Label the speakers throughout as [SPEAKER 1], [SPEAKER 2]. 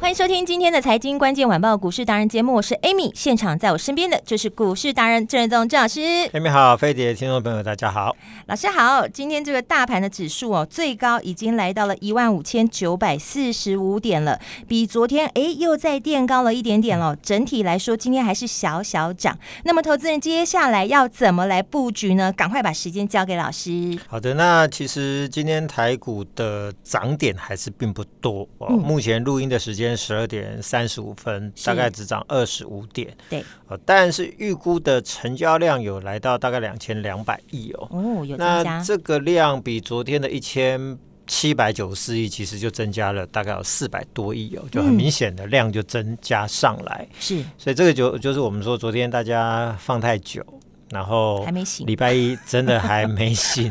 [SPEAKER 1] 欢迎收听今天的财经关键晚报股市达人节目，我是 Amy，现场在我身边的就是股市达人郑仁宗郑老师。
[SPEAKER 2] 下面好，飞碟听众朋友大家好。
[SPEAKER 1] 老师好，今天这个大盘的指数哦，最高已经来到了一万五千九百四十五点了，比昨天诶又再垫高了一点点了。整体来说，今天还是小小涨。那么，投资人接下来要怎么来布局呢？赶快把时间交给老师。
[SPEAKER 2] 好的，那其实今天台股的涨点还是并不多哦。
[SPEAKER 1] 嗯
[SPEAKER 2] 目前录音的时间十二点三十五分，
[SPEAKER 1] 是
[SPEAKER 2] 大概只涨二十五点。
[SPEAKER 1] 对，
[SPEAKER 2] 哦，但是预估的成交量有来到大概两千两百亿哦。
[SPEAKER 1] 哦，有增
[SPEAKER 2] 那
[SPEAKER 1] 加，
[SPEAKER 2] 这个量比昨天的一千七百九十四亿，其实就增加了大概有四百多亿哦，就很
[SPEAKER 1] 嗯
[SPEAKER 2] 明显的量就增加上来。
[SPEAKER 1] 是
[SPEAKER 2] 所以这个就就是我们说昨天大家放太久，然后
[SPEAKER 1] 还没醒
[SPEAKER 2] 礼拜一真的还没 醒，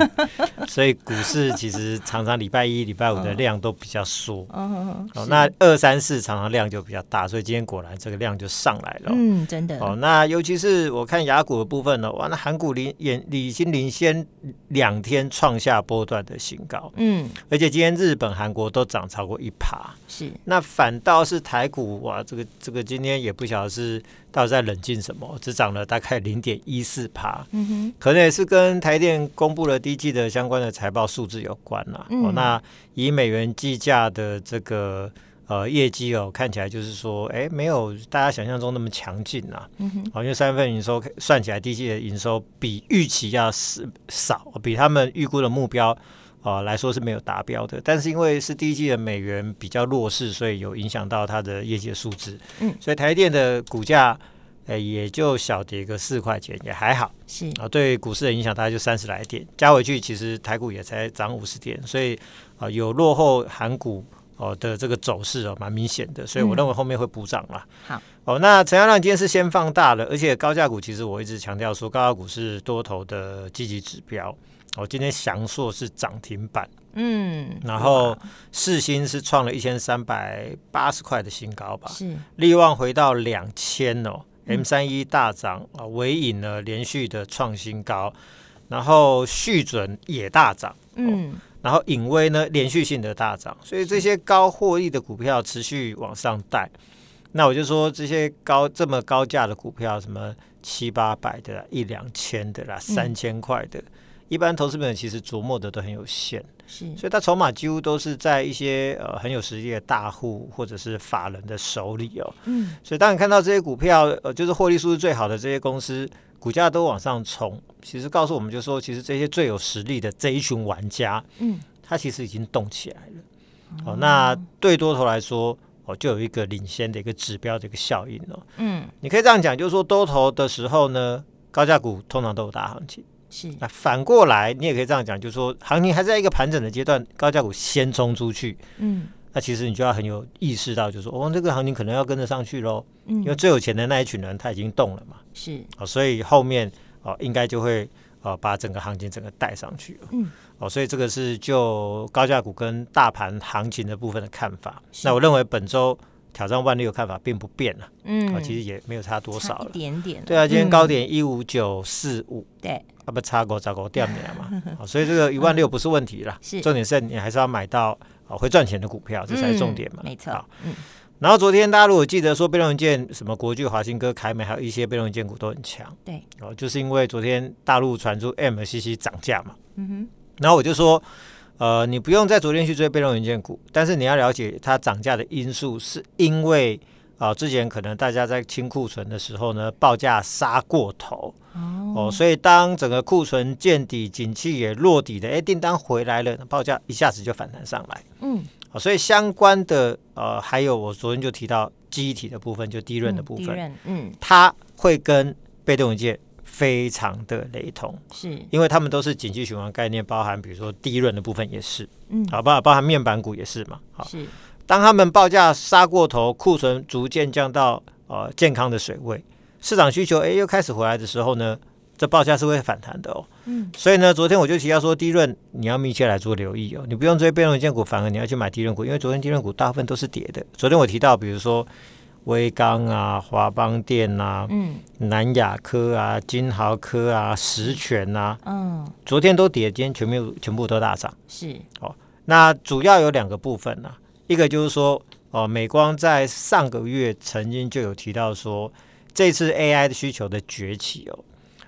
[SPEAKER 2] 所以股市其实常常礼拜一、礼拜五的量都比较缩。
[SPEAKER 1] 嗯
[SPEAKER 2] 哦，那二三四常常量就比较大，所以今天果然这个量就上来了。
[SPEAKER 1] 嗯，真的，
[SPEAKER 2] 哦，那尤其是我看雅股的部分呢、哇，那韩股领也已经领先两天创下波段的新高，
[SPEAKER 1] 嗯，
[SPEAKER 2] 而且今天日本、韩国都涨超过一趴。
[SPEAKER 1] 是
[SPEAKER 2] 那反倒是台股哇，这个这个今天也不晓得是到底在冷静什么，只涨了大概零点一四趴，
[SPEAKER 1] 嗯哼，
[SPEAKER 2] 可能也是跟台电公布了第一季的相关的财报数字有关啦。
[SPEAKER 1] 嗯
[SPEAKER 2] 哦，那以美元计价的这个呃业绩哦，看起来就是说，哎，没有大家想象中那么强劲啊。
[SPEAKER 1] 嗯哼，
[SPEAKER 2] 哦，因为三月份营收算起来，第一季的营收比预期要是少，比他们预估的目标啊、呃来说是没有达标的。但是因为是第一季的美元比较弱势，所以有影响到它的业绩的数字。
[SPEAKER 1] 嗯
[SPEAKER 2] 所以台积电的股价。呃，也就小跌个四块钱，也还好
[SPEAKER 1] 是
[SPEAKER 2] 啊。对股市的影响大概就三十来点，加回去其实台股也才涨五十点，所以啊、呃有落后韩股哦、的这个走势哦，蛮明显的。所以我
[SPEAKER 1] 嗯
[SPEAKER 2] 认为后面会补涨啦。
[SPEAKER 1] 好，
[SPEAKER 2] 哦，那成交量今天是先放大了，而且高价股其实我一直强调说，高价股是多头的积极指标。哦，今天翔硕是涨停板，
[SPEAKER 1] 嗯，
[SPEAKER 2] 然后世新是创了一千三百八十块的新高吧，哦
[SPEAKER 1] 是
[SPEAKER 2] 力旺回到两千哦，M 三一大涨啊，尾影呢连续的创新高，然后续准也大涨，
[SPEAKER 1] 嗯，
[SPEAKER 2] 然后隐微呢连续性的大涨，所以这些高获利的股票持续往上带。那我就说这些高这么高价的股票，什么七八百的啦、一两千的啦、三千块的，一般投资朋友其实琢磨的都很有限，
[SPEAKER 1] 是
[SPEAKER 2] 所以他筹码几乎都是在一些呃很有实力的大户或者是法人的手里哦。
[SPEAKER 1] 嗯，
[SPEAKER 2] 所以当你看到这些股票，呃，就是获利数字最好的这些公司，股价都往上冲，其实告诉我们就说，其实这些最有实力的这一群玩家，
[SPEAKER 1] 嗯，
[SPEAKER 2] 他其实已经动起来了。哦，那对多头来说，哦，就有一个领先的一个指标的一个效应哦。
[SPEAKER 1] 嗯，
[SPEAKER 2] 你可以这样讲，就是说多头的时候呢，高价股通常都有大行情。
[SPEAKER 1] 是
[SPEAKER 2] 那反过来，你也可以这样讲，就是说行情还在一个盘整的阶段，高价股先冲出去，
[SPEAKER 1] 嗯
[SPEAKER 2] 那其实你就要很有意识到，就是说，哦，这个行情可能要跟得上去喽。
[SPEAKER 1] 嗯
[SPEAKER 2] 因为最有钱的那一群人他已经动了嘛，
[SPEAKER 1] 是
[SPEAKER 2] 哦，所以后面哦应该就会哦把整个行情整个带上去了，
[SPEAKER 1] 嗯，
[SPEAKER 2] 哦，所以这个是就高价股跟大盘行情的部分的看法。
[SPEAKER 1] 是
[SPEAKER 2] 那我认为本周挑战万六的看法并不变了，
[SPEAKER 1] 嗯
[SPEAKER 2] 啊、其实也没有差多少
[SPEAKER 1] 差一
[SPEAKER 2] 了。
[SPEAKER 1] 点点了，
[SPEAKER 2] 对啊，今天
[SPEAKER 1] 嗯
[SPEAKER 2] 高点一五九四五，
[SPEAKER 1] 对
[SPEAKER 2] 啊不差过差过 掉点嘛，哦所以这个一万六不是问题啦，
[SPEAKER 1] 是
[SPEAKER 2] 重点是你还是要买到哦会赚钱的股票，这才是重点嘛，
[SPEAKER 1] 嗯没错
[SPEAKER 2] 好，
[SPEAKER 1] 嗯
[SPEAKER 2] 然后昨天大家如果记得说，被动元件什么国巨、华新科、凯美，还有一些被动元件股都很强。
[SPEAKER 1] 对，
[SPEAKER 2] 哦，就是因为昨天大陆传出 MCC 涨价嘛，
[SPEAKER 1] 嗯哼
[SPEAKER 2] 然后我就说，呃，你不用在昨天去追被动元件股，但是你要了解它涨价的因素，是因为啊、之前可能大家在清库存的时候呢，报价杀过头
[SPEAKER 1] 哦
[SPEAKER 2] 哦，所以当整个库存见底、景气也落底的，哎，订单回来了，报价一下子就反弹上来。
[SPEAKER 1] 嗯
[SPEAKER 2] 啊，所以相关的呃，还有我昨天就提到记忆体的部分，就低润的部
[SPEAKER 1] 嗯
[SPEAKER 2] 分，
[SPEAKER 1] 润嗯
[SPEAKER 2] 它会跟被动元件非常的雷同，
[SPEAKER 1] 是
[SPEAKER 2] 因为它们都是景气循环概念，包含比如说低润的部分也是，
[SPEAKER 1] 嗯
[SPEAKER 2] 好，包包含面板股也是嘛。好，
[SPEAKER 1] 是
[SPEAKER 2] 当他们报价杀过头，库存逐渐降到呃健康的水位，市场需求诶又开始回来的时候呢，这报价是会反弹的哦。
[SPEAKER 1] 嗯
[SPEAKER 2] 所以呢，昨天我就提到说，低润你要密切来做留意哦，你不用追被动元件股，反而你要去买低润股，因为昨天低润股大部分都是跌的。昨天我提到，比如说威刚啊、华邦电啊、
[SPEAKER 1] 嗯
[SPEAKER 2] 南亚科啊、金豪科啊、石泉啊，
[SPEAKER 1] 嗯
[SPEAKER 2] 昨天都跌，今天全部全部都大涨。
[SPEAKER 1] 是
[SPEAKER 2] 那主要有两个部分啊，一个就是说，哦，美光在上个月曾经就有提到说，这次 AI 的需求的崛起哦，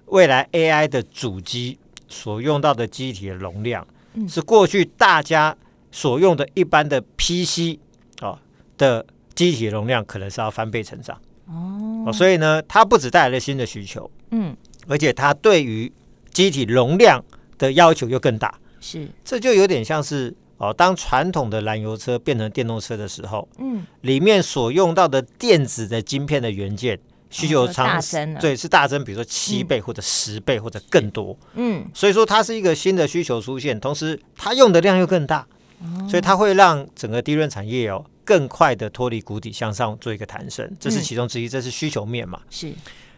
[SPEAKER 2] 未来 AI 的主机所用到的机体的容量，
[SPEAKER 1] 嗯
[SPEAKER 2] 是过去大家所用的一般的 PC 哦的机体容量可能是要翻倍成长
[SPEAKER 1] 哦
[SPEAKER 2] 哦，所以呢，它不只带来了新的需求，
[SPEAKER 1] 嗯
[SPEAKER 2] 而且它对于机体容量的要求又更大。
[SPEAKER 1] 是
[SPEAKER 2] 这就有点像是哦，当传统的燃油车变成电动车的时候，
[SPEAKER 1] 嗯
[SPEAKER 2] 里面所用到的电子的晶片的元件需求
[SPEAKER 1] 哦就大
[SPEAKER 2] 长、
[SPEAKER 1] 增了
[SPEAKER 2] 对是大增，比如说七倍或者十倍或者更多，
[SPEAKER 1] 嗯
[SPEAKER 2] 所以说它是一个新的需求出现，同时它用的量又更大，
[SPEAKER 1] 哦
[SPEAKER 2] 所以它会让整个低润产业哦更快的脱离谷底向上做一个弹升，
[SPEAKER 1] 嗯
[SPEAKER 2] 这是其中之一，这是需求面嘛。
[SPEAKER 1] 是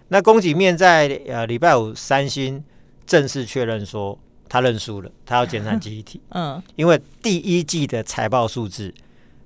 [SPEAKER 2] 那供给面在呃礼拜五三星正式确认说他认输了，他要减 产记忆体。
[SPEAKER 1] 嗯
[SPEAKER 2] 因为第一季的财报数字，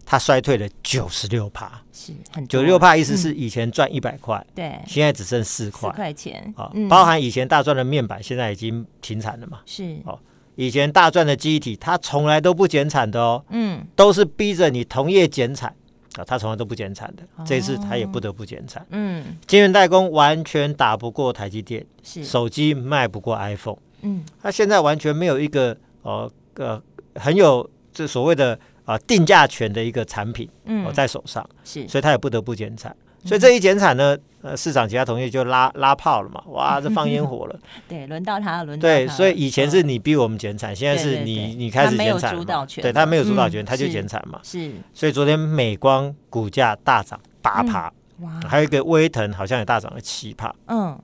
[SPEAKER 2] 它衰退了九十六帕，
[SPEAKER 1] 是很
[SPEAKER 2] 九
[SPEAKER 1] 多
[SPEAKER 2] 十六帕意思是以前赚一百块，
[SPEAKER 1] 哦嗯对
[SPEAKER 2] 现在只剩四
[SPEAKER 1] 四
[SPEAKER 2] 块
[SPEAKER 1] 块钱
[SPEAKER 2] 啊
[SPEAKER 1] 嗯，
[SPEAKER 2] 包含以前大赚的面板，现在已经停产了嘛。
[SPEAKER 1] 是
[SPEAKER 2] 哦以前大赚的记忆体，它从来都不减产的哦，
[SPEAKER 1] 嗯
[SPEAKER 2] 都是逼着你同业减产啊，它从来都不减产的。
[SPEAKER 1] 哦
[SPEAKER 2] 这一次它也不得不减产。
[SPEAKER 1] 嗯
[SPEAKER 2] 晶圆代工完全打不过台积电，
[SPEAKER 1] 是
[SPEAKER 2] 手机卖不过 iPhone。
[SPEAKER 1] 嗯
[SPEAKER 2] 它现在完全没有一个呃呃很有这所谓的啊、定价权的一个产品
[SPEAKER 1] 嗯
[SPEAKER 2] 哦在手上，
[SPEAKER 1] 是
[SPEAKER 2] 所以它也不得不减产。所以这一减产呢，呃，市场其他同业就拉拉炮了嘛， 哇，这放烟火了。
[SPEAKER 1] 对轮到他了轮到
[SPEAKER 2] 对，
[SPEAKER 1] 他
[SPEAKER 2] 所以
[SPEAKER 1] 了
[SPEAKER 2] 以前
[SPEAKER 1] 嗯
[SPEAKER 2] 是你逼我们减产，现在
[SPEAKER 1] 对
[SPEAKER 2] 是
[SPEAKER 1] 对
[SPEAKER 2] 你
[SPEAKER 1] 对
[SPEAKER 2] 你开
[SPEAKER 1] 它
[SPEAKER 2] 始
[SPEAKER 1] 没有
[SPEAKER 2] 减产了嘛，
[SPEAKER 1] 主导权
[SPEAKER 2] 对
[SPEAKER 1] 的
[SPEAKER 2] 他没有主导
[SPEAKER 1] 嗯
[SPEAKER 2] 权，他就是减产嘛。
[SPEAKER 1] 是
[SPEAKER 2] 所以昨天美光股价大涨八趴，
[SPEAKER 1] 哇
[SPEAKER 2] 还有一个威腾好像也大涨了七趴。
[SPEAKER 1] 嗯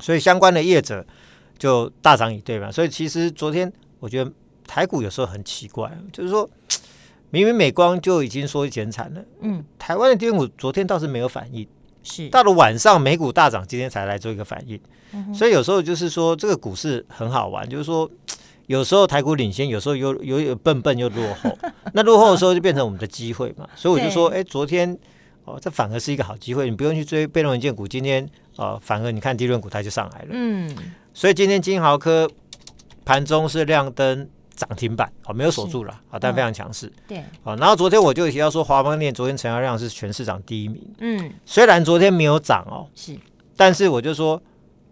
[SPEAKER 2] 所以相关的业者就大涨以对嘛。所以其实昨天我觉得台股有时候很奇怪，就是说明明美光就已经说减产了，
[SPEAKER 1] 嗯
[SPEAKER 2] 台湾的电股昨天倒是没有反应，
[SPEAKER 1] 是
[SPEAKER 2] 到了晚上美股大涨，今天才来做一个反应。所以有时候就是说这个股市很好玩，就是说。有时候台股领先，有时候又又又笨笨又落后， 那落后的时候就变成我们的机会嘛。所以我就说，哎、昨天哦，这反而是一个好机会，你不用去追被动文件股，今天呃，反而你看低润股它就上来了。
[SPEAKER 1] 嗯
[SPEAKER 2] 所以今天金豪科盘中是亮灯涨停板，哦，没有锁住了，啊，
[SPEAKER 1] 嗯
[SPEAKER 2] 但非常强势。
[SPEAKER 1] 对
[SPEAKER 2] 好、然后昨天我就有提到说，华邦电昨天成交量是全市场第一名，
[SPEAKER 1] 嗯
[SPEAKER 2] 虽然昨天没有涨哦，
[SPEAKER 1] 是
[SPEAKER 2] 但是我就说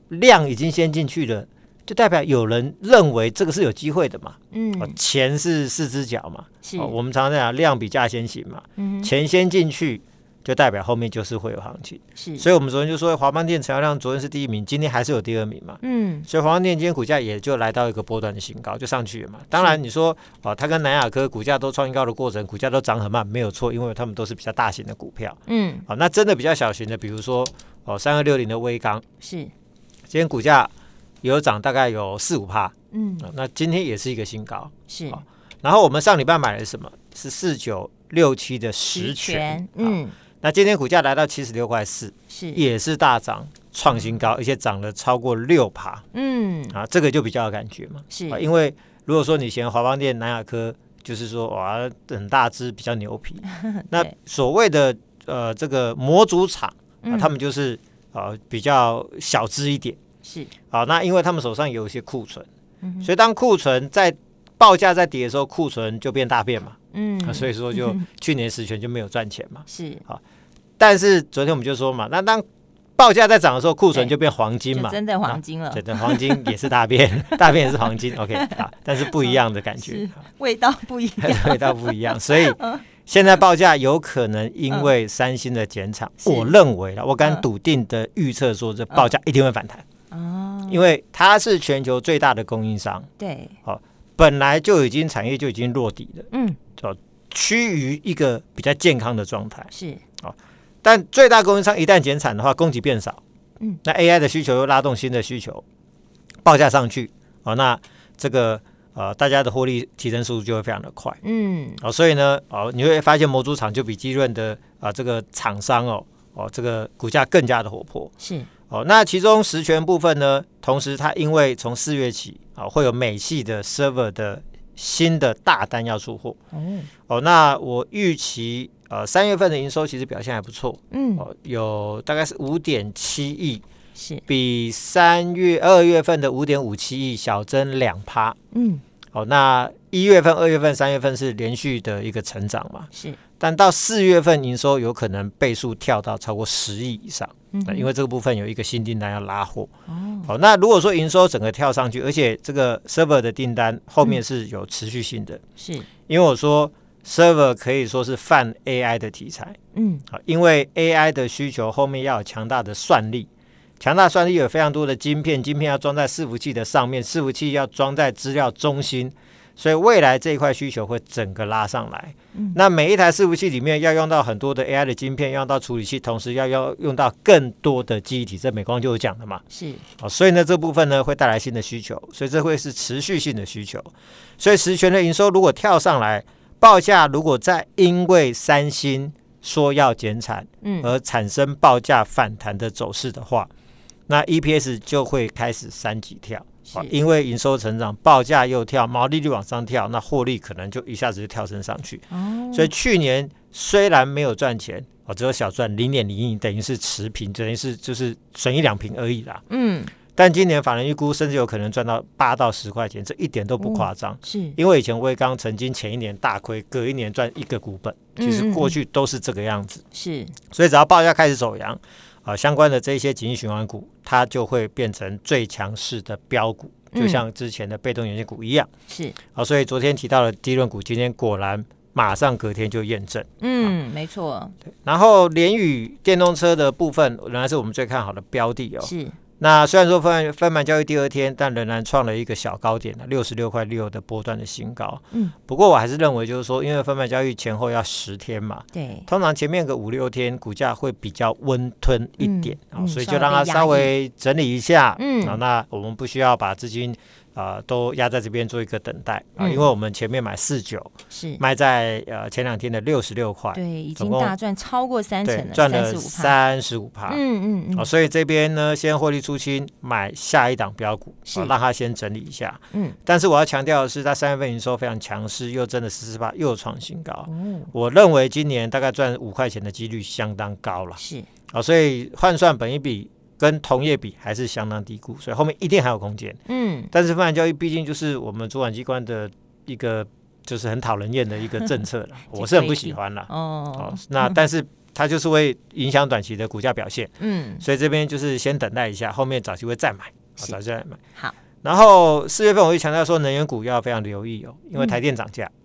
[SPEAKER 2] 量已经先进去了，就代表有人认为这个是有机会的嘛，
[SPEAKER 1] 嗯
[SPEAKER 2] 哦，钱是四只脚嘛，
[SPEAKER 1] 是
[SPEAKER 2] 哦，我们常常讲量比价先行嘛，
[SPEAKER 1] 嗯哼
[SPEAKER 2] 钱先进去就代表后面就是会有行情，
[SPEAKER 1] 是
[SPEAKER 2] 所以我们昨天就说华邦电成交量昨天是第一名，今天还是有第二名嘛，
[SPEAKER 1] 嗯
[SPEAKER 2] 所以华邦电今天股价也就来到一个波段的新高，就上去了嘛。当然，你说哦，它跟南亚科股价都创新高的过程，股价都涨很慢，没有错，因为它们都是比较大型的股票。哦
[SPEAKER 1] 嗯
[SPEAKER 2] 好、那真的比较小型的，比如说哦，三二六零的微钢，
[SPEAKER 1] 是
[SPEAKER 2] 今天股价有涨大概有四五趴，
[SPEAKER 1] 嗯
[SPEAKER 2] 哦那今天也是一个新高。
[SPEAKER 1] 是
[SPEAKER 2] 好然后我们上礼拜买了什么？是四九六七的实权，啊
[SPEAKER 1] 嗯
[SPEAKER 2] 那今天股价来到七十六块四，
[SPEAKER 1] 是
[SPEAKER 2] 也是嗯大涨创新高，而且涨了超过六趴
[SPEAKER 1] 嗯
[SPEAKER 2] 啊，这个就比较有感觉嘛。
[SPEAKER 1] 是
[SPEAKER 2] 啊，因为如果说你嫌华邦电、南亚科就是说哇很大只比较 牛皮，那
[SPEAKER 1] 对
[SPEAKER 2] 所谓的呃这个模组厂，啊、
[SPEAKER 1] 嗯
[SPEAKER 2] 他们就是呃比较小只一点，
[SPEAKER 1] 是
[SPEAKER 2] 好、那因为他们手上有一些库存，
[SPEAKER 1] 嗯哼
[SPEAKER 2] 所以当库存在报价在跌的时候，库存就变大变嘛，
[SPEAKER 1] 嗯
[SPEAKER 2] 啊、所以 说就去年实权就没有赚钱嘛。
[SPEAKER 1] 是
[SPEAKER 2] 但是昨天我们就说嘛，那当报价在涨的时候，库存
[SPEAKER 1] 对
[SPEAKER 2] 就变黄金
[SPEAKER 1] 就
[SPEAKER 2] 嘛，
[SPEAKER 1] 真的
[SPEAKER 2] 啊
[SPEAKER 1] 黄金了
[SPEAKER 2] 对对，黄金也是大便， 大便也是黄金。OK 啊，但是不一样的感觉
[SPEAKER 1] 是，味道不一 样
[SPEAKER 2] 味道不一样。所以
[SPEAKER 1] 嗯
[SPEAKER 2] 现在报价有可能因为三星的减产，
[SPEAKER 1] 嗯是
[SPEAKER 2] 我认为了，我敢
[SPEAKER 1] 嗯
[SPEAKER 2] 笃定的预测说，这报价一定会反弹，
[SPEAKER 1] 哦
[SPEAKER 2] 因为它是全球最大的供应商，
[SPEAKER 1] 对
[SPEAKER 2] 本来就已经产业就已经落底了，
[SPEAKER 1] 嗯
[SPEAKER 2] 趋于一个比较健康的状态。
[SPEAKER 1] 是
[SPEAKER 2] 但最大供应商一旦减产的话，供给变少，
[SPEAKER 1] 嗯，
[SPEAKER 2] 那 AI 的需求又拉动新的需求，报价上去，哦，那这个呃大家的获利提升速度就会非常的快。
[SPEAKER 1] 嗯，
[SPEAKER 2] 哦，所以呢，哦，你会发现模组厂就比基润的啊、这个厂商哦，哦这个股价更加的活泼
[SPEAKER 1] 是，
[SPEAKER 2] 哦。那其中实权部分呢，同时它因为从四月起啊、会有美系的 server 的新的大单要出货
[SPEAKER 1] 哦，
[SPEAKER 2] 哦。那我预期呃三月份的营收其实表现还不错
[SPEAKER 1] 嗯，
[SPEAKER 2] 哦，有大概是五点七亿，
[SPEAKER 1] 是，
[SPEAKER 2] 比三月二月份的五点五七亿小增两趴。
[SPEAKER 1] 嗯，
[SPEAKER 2] 哦，那一月份、二月份、三月份是连续的一个成长嘛？
[SPEAKER 1] 是，
[SPEAKER 2] 但到四月份营收有可能倍数跳到超过十亿以上，
[SPEAKER 1] 嗯
[SPEAKER 2] 呃因为这个部分有一个新订单要拉货。
[SPEAKER 1] 哦，
[SPEAKER 2] 好，那如果说营收整个跳上去，而且这个 server 的订单后面是有持续性的，
[SPEAKER 1] 是，
[SPEAKER 2] 因为我说 server 可以说是泛 AI 的题材，
[SPEAKER 1] 嗯，
[SPEAKER 2] 好，啊因为 AI 的需求后面要有强大的算力。强大算力有非常多的晶片，晶片要装在伺服器的上面，伺服器要装在资料中心，所以未来这一块需求会整个拉上来。
[SPEAKER 1] 嗯
[SPEAKER 2] 那每一台伺服器里面要用到很多的 AI 的晶片，要用到处理器，同时要要用到更多的记忆体，这美光就有讲的嘛。
[SPEAKER 1] 是，
[SPEAKER 2] 哦，所以呢，这部分呢会带来新的需求，所以这会是持续性的需求。所以实权的营收如果跳上来，报价如果再因为三星说要减产
[SPEAKER 1] 嗯，
[SPEAKER 2] 而产生报价反弹的走势的话，那 EPS 就会开始三级跳。
[SPEAKER 1] 是
[SPEAKER 2] 啊，因为营收成长，报价又跳，毛利率往上跳，那获利可能就一下子就跳升上去。
[SPEAKER 1] 哦，
[SPEAKER 2] 所以去年虽然没有赚钱，哦，只有小赚零点零一，等于是持平，等于是就是损一两平而已啦。
[SPEAKER 1] 嗯，
[SPEAKER 2] 但今年法人预估甚至有可能赚到八到十块钱，这一点都不夸张。
[SPEAKER 1] 是，
[SPEAKER 2] 因为以前威刚曾经前一年大亏，隔一年赚一个股本，其
[SPEAKER 1] 嗯嗯
[SPEAKER 2] 实
[SPEAKER 1] 嗯
[SPEAKER 2] 过去都是这个样子。
[SPEAKER 1] 是，
[SPEAKER 2] 所以只要报价开始走阳，啊、相关的这些景气循环股，它就会变成最强势的标股，
[SPEAKER 1] 嗯
[SPEAKER 2] 就像之前的被动元件股一样。
[SPEAKER 1] 是，
[SPEAKER 2] 啊、所以昨天提到的低润股，今天果然马上隔天就验证。
[SPEAKER 1] 嗯，
[SPEAKER 2] 啊
[SPEAKER 1] 没
[SPEAKER 2] 哦
[SPEAKER 1] 错，
[SPEAKER 2] 然后联宇电动车的部分，仍然是我们最看好的标的哦。
[SPEAKER 1] 是，
[SPEAKER 2] 那虽然说分分盘交易第二天，但仍然创了一个小高点的六十六块六的波段的新高。
[SPEAKER 1] 嗯，
[SPEAKER 2] 不过我还是认为，就是说，因为分盘交易前后要十天嘛，
[SPEAKER 1] 对，
[SPEAKER 2] 通常前面个五六天股价会比较温吞一点啊、
[SPEAKER 1] 嗯嗯
[SPEAKER 2] 所以
[SPEAKER 1] 稍
[SPEAKER 2] 就让它
[SPEAKER 1] 微压抑
[SPEAKER 2] 稍微整理一下。
[SPEAKER 1] 嗯
[SPEAKER 2] 啊，那我们不需要把资金啊、呃都压在这边做一个等待啊、
[SPEAKER 1] 嗯
[SPEAKER 2] 因为我们前面买四九，
[SPEAKER 1] 是，
[SPEAKER 2] 卖在呃前两天的六十六块，
[SPEAKER 1] 对，已经
[SPEAKER 2] 总共
[SPEAKER 1] 大赚超过三
[SPEAKER 2] 对
[SPEAKER 1] 成，了，
[SPEAKER 2] 赚
[SPEAKER 1] 三
[SPEAKER 2] 了
[SPEAKER 1] 十五趴，
[SPEAKER 2] 三十五趴。
[SPEAKER 1] 嗯嗯
[SPEAKER 2] 哦，
[SPEAKER 1] 嗯，
[SPEAKER 2] 所以这边呢，先获利出清，买下一档标股，
[SPEAKER 1] 是
[SPEAKER 2] 哦、让它先整理一下。
[SPEAKER 1] 嗯，
[SPEAKER 2] 但是我要强调的是，它三月份营收非常强势，又真的十四八又创新高。
[SPEAKER 1] 哦，
[SPEAKER 2] 我认为今年大概赚五块钱的几率相当高了
[SPEAKER 1] 是，
[SPEAKER 2] 哦，所以换算本一比跟同业比还是相当低估，所以后面一定还有空间。
[SPEAKER 1] 嗯，
[SPEAKER 2] 但是发展交易毕竟就是我们主管机关的一个就是很讨人厌的一个政策 了，我是很不喜欢啦。
[SPEAKER 1] 哦
[SPEAKER 2] 哦，，那但是它就是会影响短期的股价表现。
[SPEAKER 1] 嗯，
[SPEAKER 2] 所以这边就是先等待一下，后面找机会再买，好
[SPEAKER 1] 是
[SPEAKER 2] 找机会再买。
[SPEAKER 1] 好，
[SPEAKER 2] 然后四月份我就强调说，能源股要非常留意哦，因为台电涨价。
[SPEAKER 1] 嗯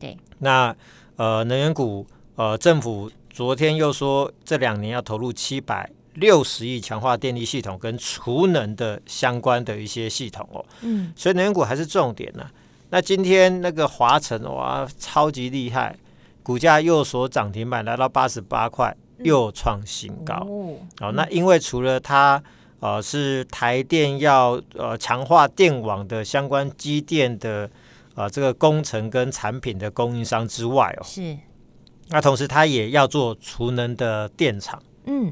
[SPEAKER 1] 对，
[SPEAKER 2] 那呃，能源股呃，政府昨天又说这两年要投入七百六十亿强化电力系统跟储能的相关的一些系统哦，
[SPEAKER 1] 嗯，
[SPEAKER 2] 所以能源股还是重点呢、那今天那个华晨哇，超级厉害，股价又所涨停板来到八十八块，
[SPEAKER 1] 嗯
[SPEAKER 2] 又创新高。
[SPEAKER 1] 哦，
[SPEAKER 2] 哦，那因为除了它呃是台电要呃强化电网的相关机电的呃这个工程跟产品的供应商之外哦，
[SPEAKER 1] 是，
[SPEAKER 2] 那同时它也要做储能的电厂，
[SPEAKER 1] 嗯，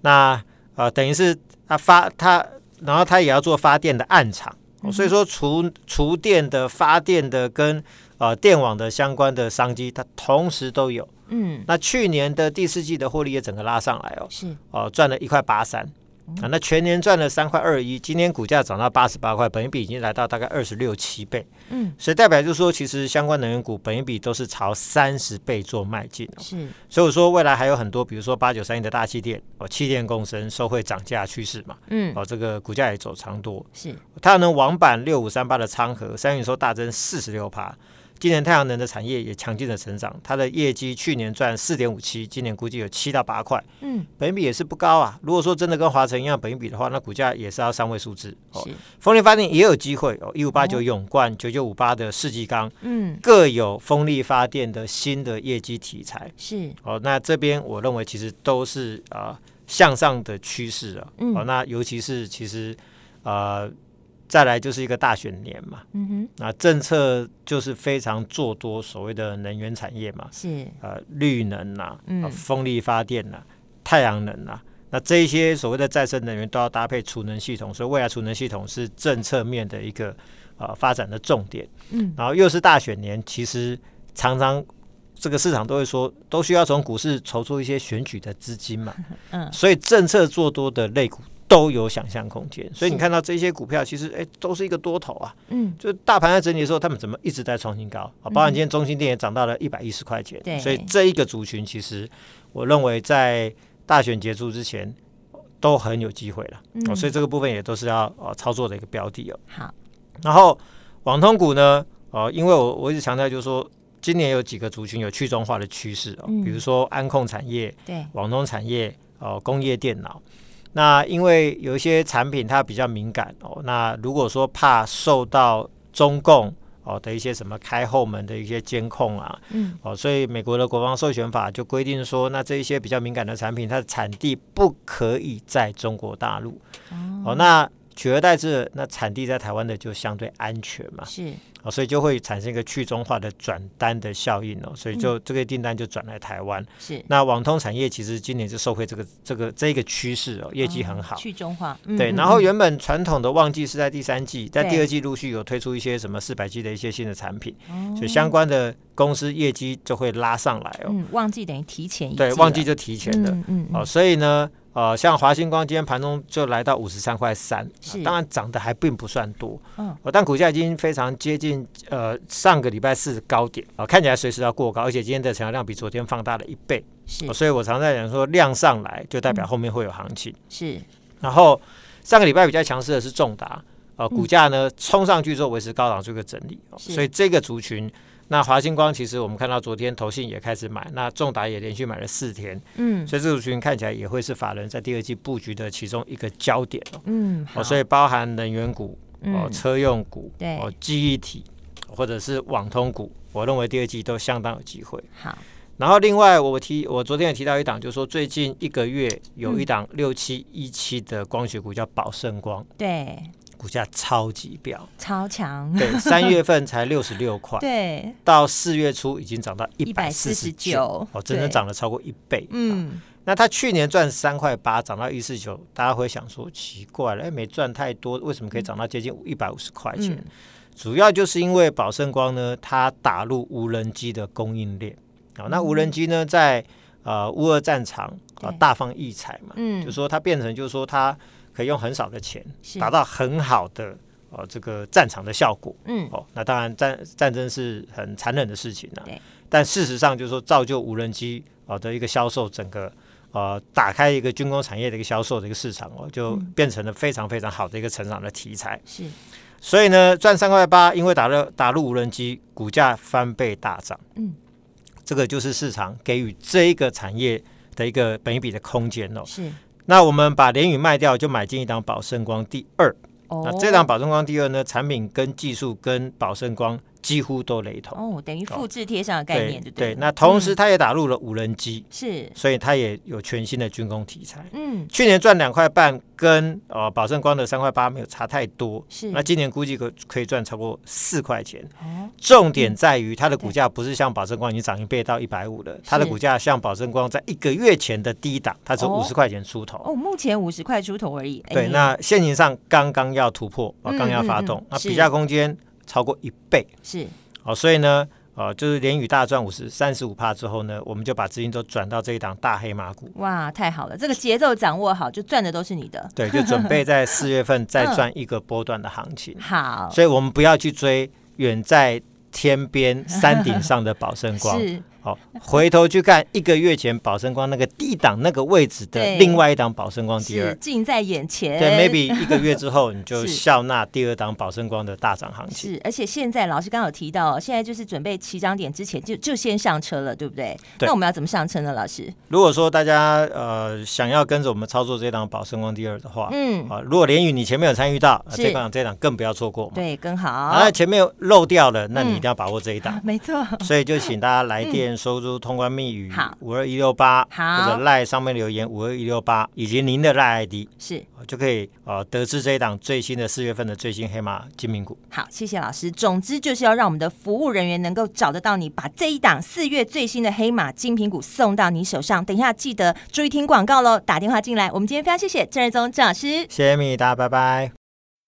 [SPEAKER 2] 那呃等于是它发它，然后它也要做发电的暗场，哦所以说厨厨电的发电的跟呃电网的相关的商机，它同时都有。
[SPEAKER 1] 嗯，
[SPEAKER 2] 那去年的第四季的获利也整个拉上来哦，
[SPEAKER 1] 是，
[SPEAKER 2] 哦，赚了一块八三
[SPEAKER 1] 哦
[SPEAKER 2] 啊，那全年赚了三块二一，今天股价涨到八十八块，本一比已经来到大概二十六七倍，
[SPEAKER 1] 嗯，
[SPEAKER 2] 所以代表就是说，其实相关能源股本一比都是朝三十倍做迈进、哦，
[SPEAKER 1] 是，
[SPEAKER 2] 所以我说未来还有很多，比如说八九三一的大气电哦，气电共生收会涨价趋势嘛，
[SPEAKER 1] 嗯，
[SPEAKER 2] 哦，这个股价也走长多，
[SPEAKER 1] 是，
[SPEAKER 2] 太阳能网板六五三八的昌河三元收大增四十六趴，今年太阳能的产业也强劲的成长，它的业绩去年赚四点五七，今年估计有七到八块，
[SPEAKER 1] 嗯，
[SPEAKER 2] 本益比也是不高啊。如果说真的跟华晨一样本益比的话，那股价也是要三位数字哦。
[SPEAKER 1] 是，
[SPEAKER 2] 风力发电也有机会哦，一五八九永冠、九九五八的世纪钢
[SPEAKER 1] 嗯，
[SPEAKER 2] 各有风力发电的新的业绩题材
[SPEAKER 1] 是，
[SPEAKER 2] 哦。那这边我认为其实都是啊、呃向上的趋势啊。
[SPEAKER 1] 嗯
[SPEAKER 2] 哦，那尤其是其实呃再来就是一个大选年嘛，
[SPEAKER 1] 嗯哼，
[SPEAKER 2] 那政策就是非常做多所谓的能源产业嘛，
[SPEAKER 1] 是，
[SPEAKER 2] 呃，绿能呐、啊
[SPEAKER 1] 嗯
[SPEAKER 2] 风力发电呐、太阳能呐、啊那这一些所谓的再生能源都要搭配储能系统，所以未来储能系统是政策面的一个呃发展的重点。
[SPEAKER 1] 嗯，
[SPEAKER 2] 然后又是大选年，其实常常这个市场都会说，都需要从股市筹出一些选举的资金嘛。
[SPEAKER 1] 嗯
[SPEAKER 2] 所以政策做多的类股都有想象空间。所以你
[SPEAKER 1] 是
[SPEAKER 2] 看到这些股票，其实哎都是一个多头啊。
[SPEAKER 1] 嗯，
[SPEAKER 2] 就是大盘在整理的时候，他们怎么一直在创新高？啊，包含今天中心店也涨到了一百一十块钱
[SPEAKER 1] 对，
[SPEAKER 2] 所以这一个族群其实我认为在大选结束之前都很有机会了、
[SPEAKER 1] 嗯
[SPEAKER 2] 哦，所以这个部分也都是要呃操作的一个标的哦。
[SPEAKER 1] 好，
[SPEAKER 2] 然后网通股呢，呃，因为我我一直强调就是说，今年有几个族群有去中化的趋势哦，
[SPEAKER 1] 嗯
[SPEAKER 2] 比如说安控产业、
[SPEAKER 1] 对，
[SPEAKER 2] 网通产业、哦工业电脑。那因为有一些产品它比较敏感哦，那如果说怕受到中共哦的一些什么开后门的一些监控啊，
[SPEAKER 1] 嗯，
[SPEAKER 2] 哦，所以美国的国防授权法就规定说，那这一些比较敏感的产品，它的产地不可以在中国大陆。哦，那取而代之的，那产地在台湾的就相对安全嘛。
[SPEAKER 1] 是，
[SPEAKER 2] 哦，所以就会产生一个去中化的转单的效应哦，所以
[SPEAKER 1] 嗯
[SPEAKER 2] 就这个订单就转来台湾。
[SPEAKER 1] 是，
[SPEAKER 2] 那网通产业其实今年就受惠这个这个这一个趋势哦，业绩很好。
[SPEAKER 1] 去中化，
[SPEAKER 2] 对，
[SPEAKER 1] 嗯
[SPEAKER 2] 然后原本传统的旺季是在第三季，在
[SPEAKER 1] 对
[SPEAKER 2] 第二季陆续有推出一些什么四百 G 的一些新的产品，
[SPEAKER 1] 哦
[SPEAKER 2] 所以相关的公司业绩就会拉上来哦。
[SPEAKER 1] 嗯，忘记等于提前一
[SPEAKER 2] 对，
[SPEAKER 1] 季
[SPEAKER 2] 旺
[SPEAKER 1] 了
[SPEAKER 2] 季就提前了
[SPEAKER 1] 嗯嗯嗯
[SPEAKER 2] 哦，所以呢，呃，像华星光今天盘中就来到五十三块三哦
[SPEAKER 1] 是，
[SPEAKER 2] 当然涨得还并不算多，
[SPEAKER 1] 嗯
[SPEAKER 2] 哦，但股价已经非常接近呃上个礼拜四的高点啊、哦看起来随时要过高，而且今天的成交量比昨天放大了一倍。
[SPEAKER 1] 是
[SPEAKER 2] 哦所以我常在讲说，量上来就代表后面会有行情。
[SPEAKER 1] 是，
[SPEAKER 2] 然后上个礼拜比较强势的是重达，呃，股价呢冲上去之后维持高档做一个整理、哦，
[SPEAKER 1] 是
[SPEAKER 2] 所以这个族群，那华星光其实我们看到昨天投信也开始买，那重达也连续买了四天，
[SPEAKER 1] 嗯
[SPEAKER 2] 所以这个族群看起来也会是法人在第二季布局的其中一个焦点哦。
[SPEAKER 1] 嗯，好
[SPEAKER 2] 哦，所以包含能源股、哦
[SPEAKER 1] 嗯
[SPEAKER 2] 车用股、
[SPEAKER 1] 对
[SPEAKER 2] 哦记忆体或者是网通股，我认为第二季都相当有机会。
[SPEAKER 1] 好，
[SPEAKER 2] 然后另外我提，我昨天也提到一档，就是说最近一个月有一档六七一七的光学股叫宝盛光，
[SPEAKER 1] 对，
[SPEAKER 2] 股价超级飙，
[SPEAKER 1] 超强，
[SPEAKER 2] 对， 三月份才六十六块，
[SPEAKER 1] 对，
[SPEAKER 2] 到四月初已经涨到一百四十
[SPEAKER 1] 149
[SPEAKER 2] 九，哦，整整
[SPEAKER 1] 对
[SPEAKER 2] 涨了超过一倍。嗯，
[SPEAKER 1] 嗯，
[SPEAKER 2] 那它去年赚三块八，涨到一四九，大家会想说奇怪了，哎，没赚太多，为什么可以涨到接近一百五十块钱？
[SPEAKER 1] 嗯
[SPEAKER 2] 主要就是因为宝盛光呢，它打入无人机的供应链。好、那无人机呢，在呃乌俄战场啊、
[SPEAKER 1] 嗯对
[SPEAKER 2] 大放异彩嘛，
[SPEAKER 1] 嗯
[SPEAKER 2] 就说它变成就是说它可以用很少的钱
[SPEAKER 1] 是
[SPEAKER 2] 达到很好的呃这个战场的效果。
[SPEAKER 1] 嗯，
[SPEAKER 2] 哦，那当然战战争是很残忍的事情啊
[SPEAKER 1] 对，
[SPEAKER 2] 但事实上就是说造就无人机啊、呃的一个销售，整个呃打开一个军工产业的一个销售的一个市场哦，就
[SPEAKER 1] 嗯
[SPEAKER 2] 变成了非常非常好的一个成长的题材。
[SPEAKER 1] 是，
[SPEAKER 2] 所以呢，赚三块八，因为打入打入无人机，股价翻倍大涨。
[SPEAKER 1] 嗯，
[SPEAKER 2] 这个就是市场给予这一个产业的一个本益比的空间哦。
[SPEAKER 1] 是，
[SPEAKER 2] 那我们把联宇卖掉，就买进一档宝盛光第二。
[SPEAKER 1] 哦
[SPEAKER 2] 那，这档宝盛光第二呢，产品跟技术跟宝盛光几乎都雷同。
[SPEAKER 1] 哦，等于复制贴上的概念，对不
[SPEAKER 2] 对，
[SPEAKER 1] 了嗯
[SPEAKER 2] 那同时它也打入了无人机，
[SPEAKER 1] 是，
[SPEAKER 2] 所以它也有全新的军工题材。
[SPEAKER 1] 嗯，
[SPEAKER 2] 去年赚两块半，跟呃宝盛光的三块八没有差太多，
[SPEAKER 1] 是
[SPEAKER 2] 那今年估计可可以赚超过四块钱。
[SPEAKER 1] 哦，
[SPEAKER 2] 重点在于它的股价不是像宝盛光已经涨一倍到一百五了，它的
[SPEAKER 1] 是
[SPEAKER 2] 股价像宝盛光在一个月前的低档，它只有
[SPEAKER 1] 哦
[SPEAKER 2] 五十块钱出头。
[SPEAKER 1] 哦，目前五十块出头而已，哎
[SPEAKER 2] 对，那现行上刚刚要突破，啊
[SPEAKER 1] 嗯
[SPEAKER 2] 刚要发动，
[SPEAKER 1] 嗯嗯
[SPEAKER 2] 那
[SPEAKER 1] 是
[SPEAKER 2] 比价空间超过一倍，
[SPEAKER 1] 是，
[SPEAKER 2] 哦，所以呢，呃，就是连雨大赚五十三十五帕之后呢，我们就把资金都转到这一档大黑马股，
[SPEAKER 1] 哇，太好了，这个节奏掌握好，就赚的都是你的，
[SPEAKER 2] 对，就准备在四月份 再
[SPEAKER 1] 嗯
[SPEAKER 2] 赚一个波段的行情，
[SPEAKER 1] 好，
[SPEAKER 2] 所以我们不要去追远在天边山顶上的宝盛光，
[SPEAKER 1] 是，
[SPEAKER 2] 好，回头去看一个月前宝盛光那个第一档那个位置的
[SPEAKER 1] 对
[SPEAKER 2] 另外一档宝盛光第
[SPEAKER 1] 是哎
[SPEAKER 2] 二，
[SPEAKER 1] 近在眼前。
[SPEAKER 2] 对，maybe 一个月之 后你就是笑纳第二档宝盛光的大涨行情。
[SPEAKER 1] 是，而且现在老师刚刚有提到，哦现在就是准备起涨点之前就就先上车了，对不对？
[SPEAKER 2] 对
[SPEAKER 1] 那我们要怎么上车呢，老师？
[SPEAKER 2] 如果说大家呃想要跟着我们操作这档宝盛光第二的话，
[SPEAKER 1] 嗯，
[SPEAKER 2] 啊，如果连雨你前面有参与到，啊
[SPEAKER 1] 是
[SPEAKER 2] 这档这档更不要错过嘛。
[SPEAKER 1] 对，更
[SPEAKER 2] 啊，
[SPEAKER 1] 好，
[SPEAKER 2] 前面漏掉了，那你
[SPEAKER 1] 嗯
[SPEAKER 2] 一定要把握这一档。
[SPEAKER 1] 没错，
[SPEAKER 2] 所以就请大家来电收入通关密语
[SPEAKER 1] 好
[SPEAKER 2] 五二一六八，
[SPEAKER 1] 好
[SPEAKER 2] 或者赖上面留言五二一六八，以及您的赖 ID，
[SPEAKER 1] 是
[SPEAKER 2] 呃就可以呃得知这一档最新的四月份的最新黑马金明股。
[SPEAKER 1] 好，谢谢老师。总之就是要让我们的服务人员能够找得到你，把这一档四月最新的黑马精品股送到你手上。等一下记得注意听广告喽，打电话进来。我们今天非常谢谢郑瑞宗郑老师。
[SPEAKER 2] 谢谢米，大家拜拜。